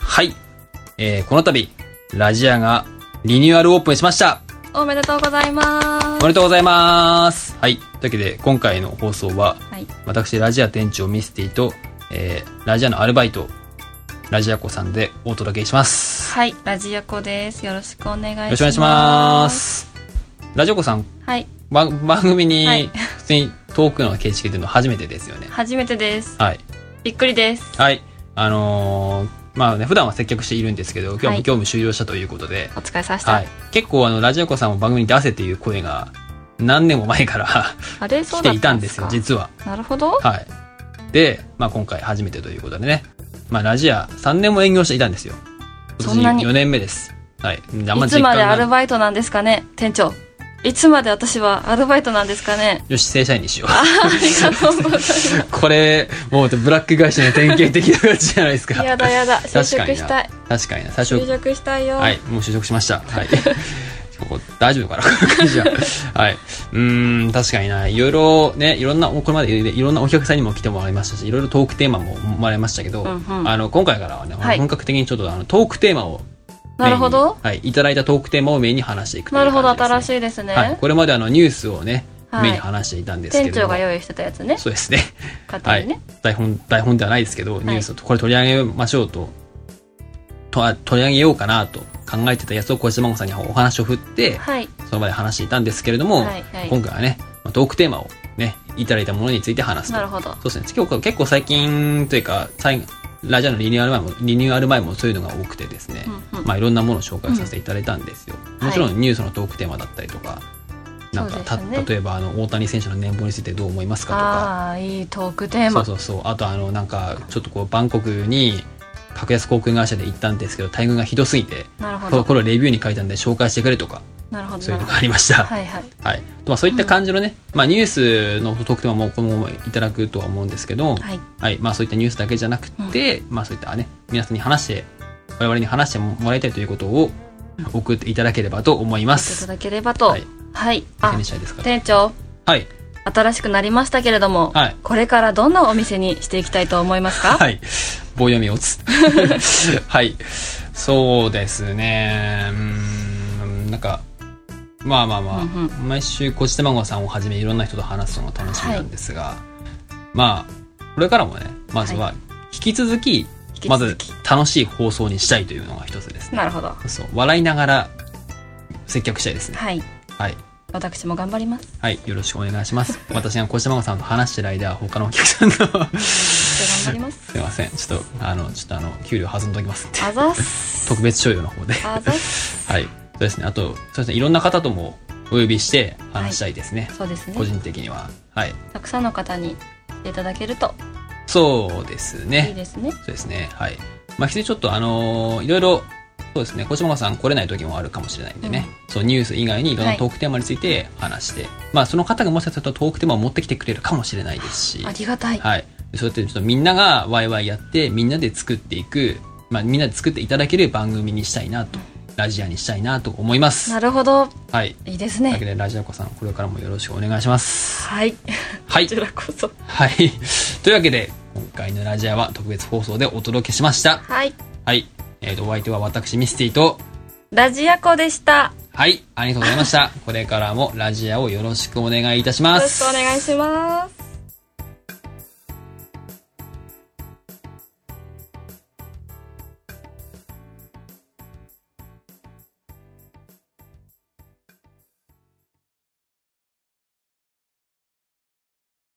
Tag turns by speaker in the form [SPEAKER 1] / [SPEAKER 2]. [SPEAKER 1] はい。えー、この度、ラジアがリニューアルオープンしました。
[SPEAKER 2] おめでとうございま
[SPEAKER 1] お
[SPEAKER 2] す。
[SPEAKER 1] めでとうございます。はい。というわけで、今回の放送は、
[SPEAKER 2] はい。
[SPEAKER 1] 私、ラジア店長ミスティと、えー、ラジアのアルバイト、ラジア子さんでお届けします。
[SPEAKER 2] はい、ラジオコです。よろしくお願いします。
[SPEAKER 1] よろしくお願いします。ラジア子さん、
[SPEAKER 2] はい、
[SPEAKER 1] 番番組
[SPEAKER 2] は
[SPEAKER 1] に
[SPEAKER 2] い
[SPEAKER 1] 普通にトークの形式での初めてですよね。
[SPEAKER 2] 初めてです。
[SPEAKER 1] はい。
[SPEAKER 2] びっくりです。
[SPEAKER 1] はい。あのーまあね、普段は接客しているんですけど、今日も
[SPEAKER 2] はい
[SPEAKER 1] 業務終了したということで、
[SPEAKER 2] お疲れさまでした。
[SPEAKER 1] はい。結構あの、ラジオ子さんも番組に出せっていう声が、何年も前 から
[SPEAKER 2] あれ、そ
[SPEAKER 1] 来
[SPEAKER 2] うだ
[SPEAKER 1] て
[SPEAKER 2] っ
[SPEAKER 1] いた
[SPEAKER 2] た
[SPEAKER 1] ん
[SPEAKER 2] ん
[SPEAKER 1] で
[SPEAKER 2] ですす
[SPEAKER 1] よ、
[SPEAKER 2] か。
[SPEAKER 1] 実は。
[SPEAKER 2] なるほど。
[SPEAKER 1] はい。で、まあ今回初めてということでね、まあラジア3年も営業していたんですよ。
[SPEAKER 2] そんなに
[SPEAKER 1] 4年目です。はい。あん
[SPEAKER 2] いつまでアル
[SPEAKER 1] が
[SPEAKER 2] バイトなんですかね、店長。いつまで私はアルバイトなんです かね。
[SPEAKER 1] よし、正社員にしよ
[SPEAKER 2] あーありがとうございま
[SPEAKER 1] う。 これ、もうブラック会社の典型的な感じじゃないですか。
[SPEAKER 2] す。やだやだ、就
[SPEAKER 1] 確か
[SPEAKER 2] 職
[SPEAKER 1] に
[SPEAKER 2] した。。
[SPEAKER 1] ない確かにな。最初
[SPEAKER 2] 就職したいよ。
[SPEAKER 1] はい、もう就職しました。はい。 ここ大丈夫かなこ の感じは。はい。うーん、確かにな。いろいろね、いろんな、これまでいろんなお客さんにも来てもらいましたし、いろいろトークテーマも生まれましたけど、
[SPEAKER 2] うんうん
[SPEAKER 1] あの、今回からはね、
[SPEAKER 2] はい
[SPEAKER 1] 本格的にちょっとあのトークテーマをメインに
[SPEAKER 2] なるほど。
[SPEAKER 1] はい。いただいたトークテーマをメインに話していくとい
[SPEAKER 2] な
[SPEAKER 1] う
[SPEAKER 2] るほど、
[SPEAKER 1] 感じ
[SPEAKER 2] 新し
[SPEAKER 1] ですね
[SPEAKER 2] いですね。
[SPEAKER 1] はい。これまであの、ニュースをね、
[SPEAKER 2] はい
[SPEAKER 1] メインに話していたんですけれ
[SPEAKER 2] 店
[SPEAKER 1] ども。
[SPEAKER 2] 長が用意してたやつね。
[SPEAKER 1] そうですね。
[SPEAKER 2] 勝
[SPEAKER 1] は
[SPEAKER 2] 手に
[SPEAKER 1] い
[SPEAKER 2] ね。、
[SPEAKER 1] 台本台本ではないですけど、ニュースをこれ取り上げましょうととあ取り上げようかなと考えてたやつを小島子さんにお話を振って、
[SPEAKER 2] はい。
[SPEAKER 1] その場で話していたんですけれども、
[SPEAKER 2] はいはい
[SPEAKER 1] 今回はねまあトークテーマをねいただいたものについて話すと
[SPEAKER 2] なるほど。
[SPEAKER 1] そうですね結構結構最近というか最ラジオのリニューアル前もリニューアル前もそういうのが多くてですね、
[SPEAKER 2] うんうん
[SPEAKER 1] まあ、いろんなものを紹介させていただいたんですよ、
[SPEAKER 2] うん
[SPEAKER 1] もちろんニュースのトークテーマだったりとか、なんか
[SPEAKER 2] そうで
[SPEAKER 1] た
[SPEAKER 2] すね
[SPEAKER 1] 例えばあの大谷選手の年俸についてどう思いますかとか
[SPEAKER 2] ああ、いいトークテー
[SPEAKER 1] そう
[SPEAKER 2] マ。
[SPEAKER 1] そうそうあとあのなんかちょっとこうバンコクに格安航空会社で行ったんですけど待遇がひどすぎて
[SPEAKER 2] なるほ
[SPEAKER 1] これ
[SPEAKER 2] ど。
[SPEAKER 1] これをレビューに書いたんで紹介してくれとか
[SPEAKER 2] なるほど。
[SPEAKER 1] そういう
[SPEAKER 2] なる
[SPEAKER 1] の
[SPEAKER 2] ほ
[SPEAKER 1] がありました
[SPEAKER 2] ど
[SPEAKER 1] はい、
[SPEAKER 2] はいはい。
[SPEAKER 1] まあ、そういった感じのね、まあ、ニュースの特典はもうこのままいただくとは思うんですけど、はい
[SPEAKER 2] はい。
[SPEAKER 1] まあ、そういったニュースだけじゃなくて、まあ、そういったね皆さんに話して我々に話してもらいたいということを送っていただければと思いま
[SPEAKER 2] いた
[SPEAKER 1] す
[SPEAKER 2] だければと。
[SPEAKER 1] は
[SPEAKER 2] はいい。
[SPEAKER 1] 手
[SPEAKER 2] あ
[SPEAKER 1] に、したいですから
[SPEAKER 2] 店長、
[SPEAKER 1] はい
[SPEAKER 2] 新しくなりましたけれども、
[SPEAKER 1] はい
[SPEAKER 2] これからどんなお店にしていきたいと思いますか、
[SPEAKER 1] はい。棒読みを打 つ。はい。そうですね。うーん、なんか、まあまあまあ、
[SPEAKER 2] うんう
[SPEAKER 1] 毎週、こちたまごさんをはじめいろんな人と話すのが楽しみなんですが、まあ、これからもね、まずは、引き続き、
[SPEAKER 2] き続き
[SPEAKER 1] まず、楽しい放送にしたいというのが一つですね。
[SPEAKER 2] なるほど。
[SPEAKER 1] そう、笑いながら、接客したいですね。
[SPEAKER 2] はい。
[SPEAKER 1] はい。
[SPEAKER 2] 私も頑張ります。
[SPEAKER 1] はい。よろしくお願いします。私がこちたまごさんと話してる間、他のお客さんの、す
[SPEAKER 2] 頑張ります。
[SPEAKER 1] いません。ちょっと、あの、ちょっとあの、給料弾んどきますって。
[SPEAKER 2] あざっす。
[SPEAKER 1] 特別賞与の方で。
[SPEAKER 2] あ
[SPEAKER 1] は
[SPEAKER 2] ざっす。
[SPEAKER 1] い。そうですね。あと、そうですね。いろんな方ともお呼びして話したいですね。
[SPEAKER 2] そうですね
[SPEAKER 1] 個。人的には。はい。
[SPEAKER 2] たくさんの方に来ていただけると
[SPEAKER 1] そうですね。
[SPEAKER 2] いいですね。
[SPEAKER 1] そうですね。はい。まあ、きついちょっとあのーいろいろ、そうですね。小島さん来れない時もあるかもしれないんでね。そう、ニュース以外にいろんな
[SPEAKER 2] はい
[SPEAKER 1] トークテーマについて話して、まあ、その方がもしかするとトークテーマを持ってきてくれるかもしれないですし。
[SPEAKER 2] ありがたい。
[SPEAKER 1] はい。そうやってちょっとみんながワイワイやって、みんなで作っていく、まあ、みんなで作っていただける番組にしたいなと、ラジアにしたいなと思います
[SPEAKER 2] な。るほど。
[SPEAKER 1] はい。
[SPEAKER 2] いいです
[SPEAKER 1] というわけ
[SPEAKER 2] ね。
[SPEAKER 1] で、ラジアコさん、これからもよろしくお願いします。
[SPEAKER 2] はい。
[SPEAKER 1] はい
[SPEAKER 2] こち。らこそ。
[SPEAKER 1] はい。 というわけで、今回のラジアは特別放送でお届けしました。
[SPEAKER 2] はい。
[SPEAKER 1] はい。えっ、と、お相手は私、ミスティと、
[SPEAKER 2] ラジアコでした。
[SPEAKER 1] はい、ありがとうございました。これからもラジアをよろしくお願いいたし
[SPEAKER 2] よ
[SPEAKER 1] ま
[SPEAKER 2] ろ
[SPEAKER 1] す。
[SPEAKER 2] しくお願いします。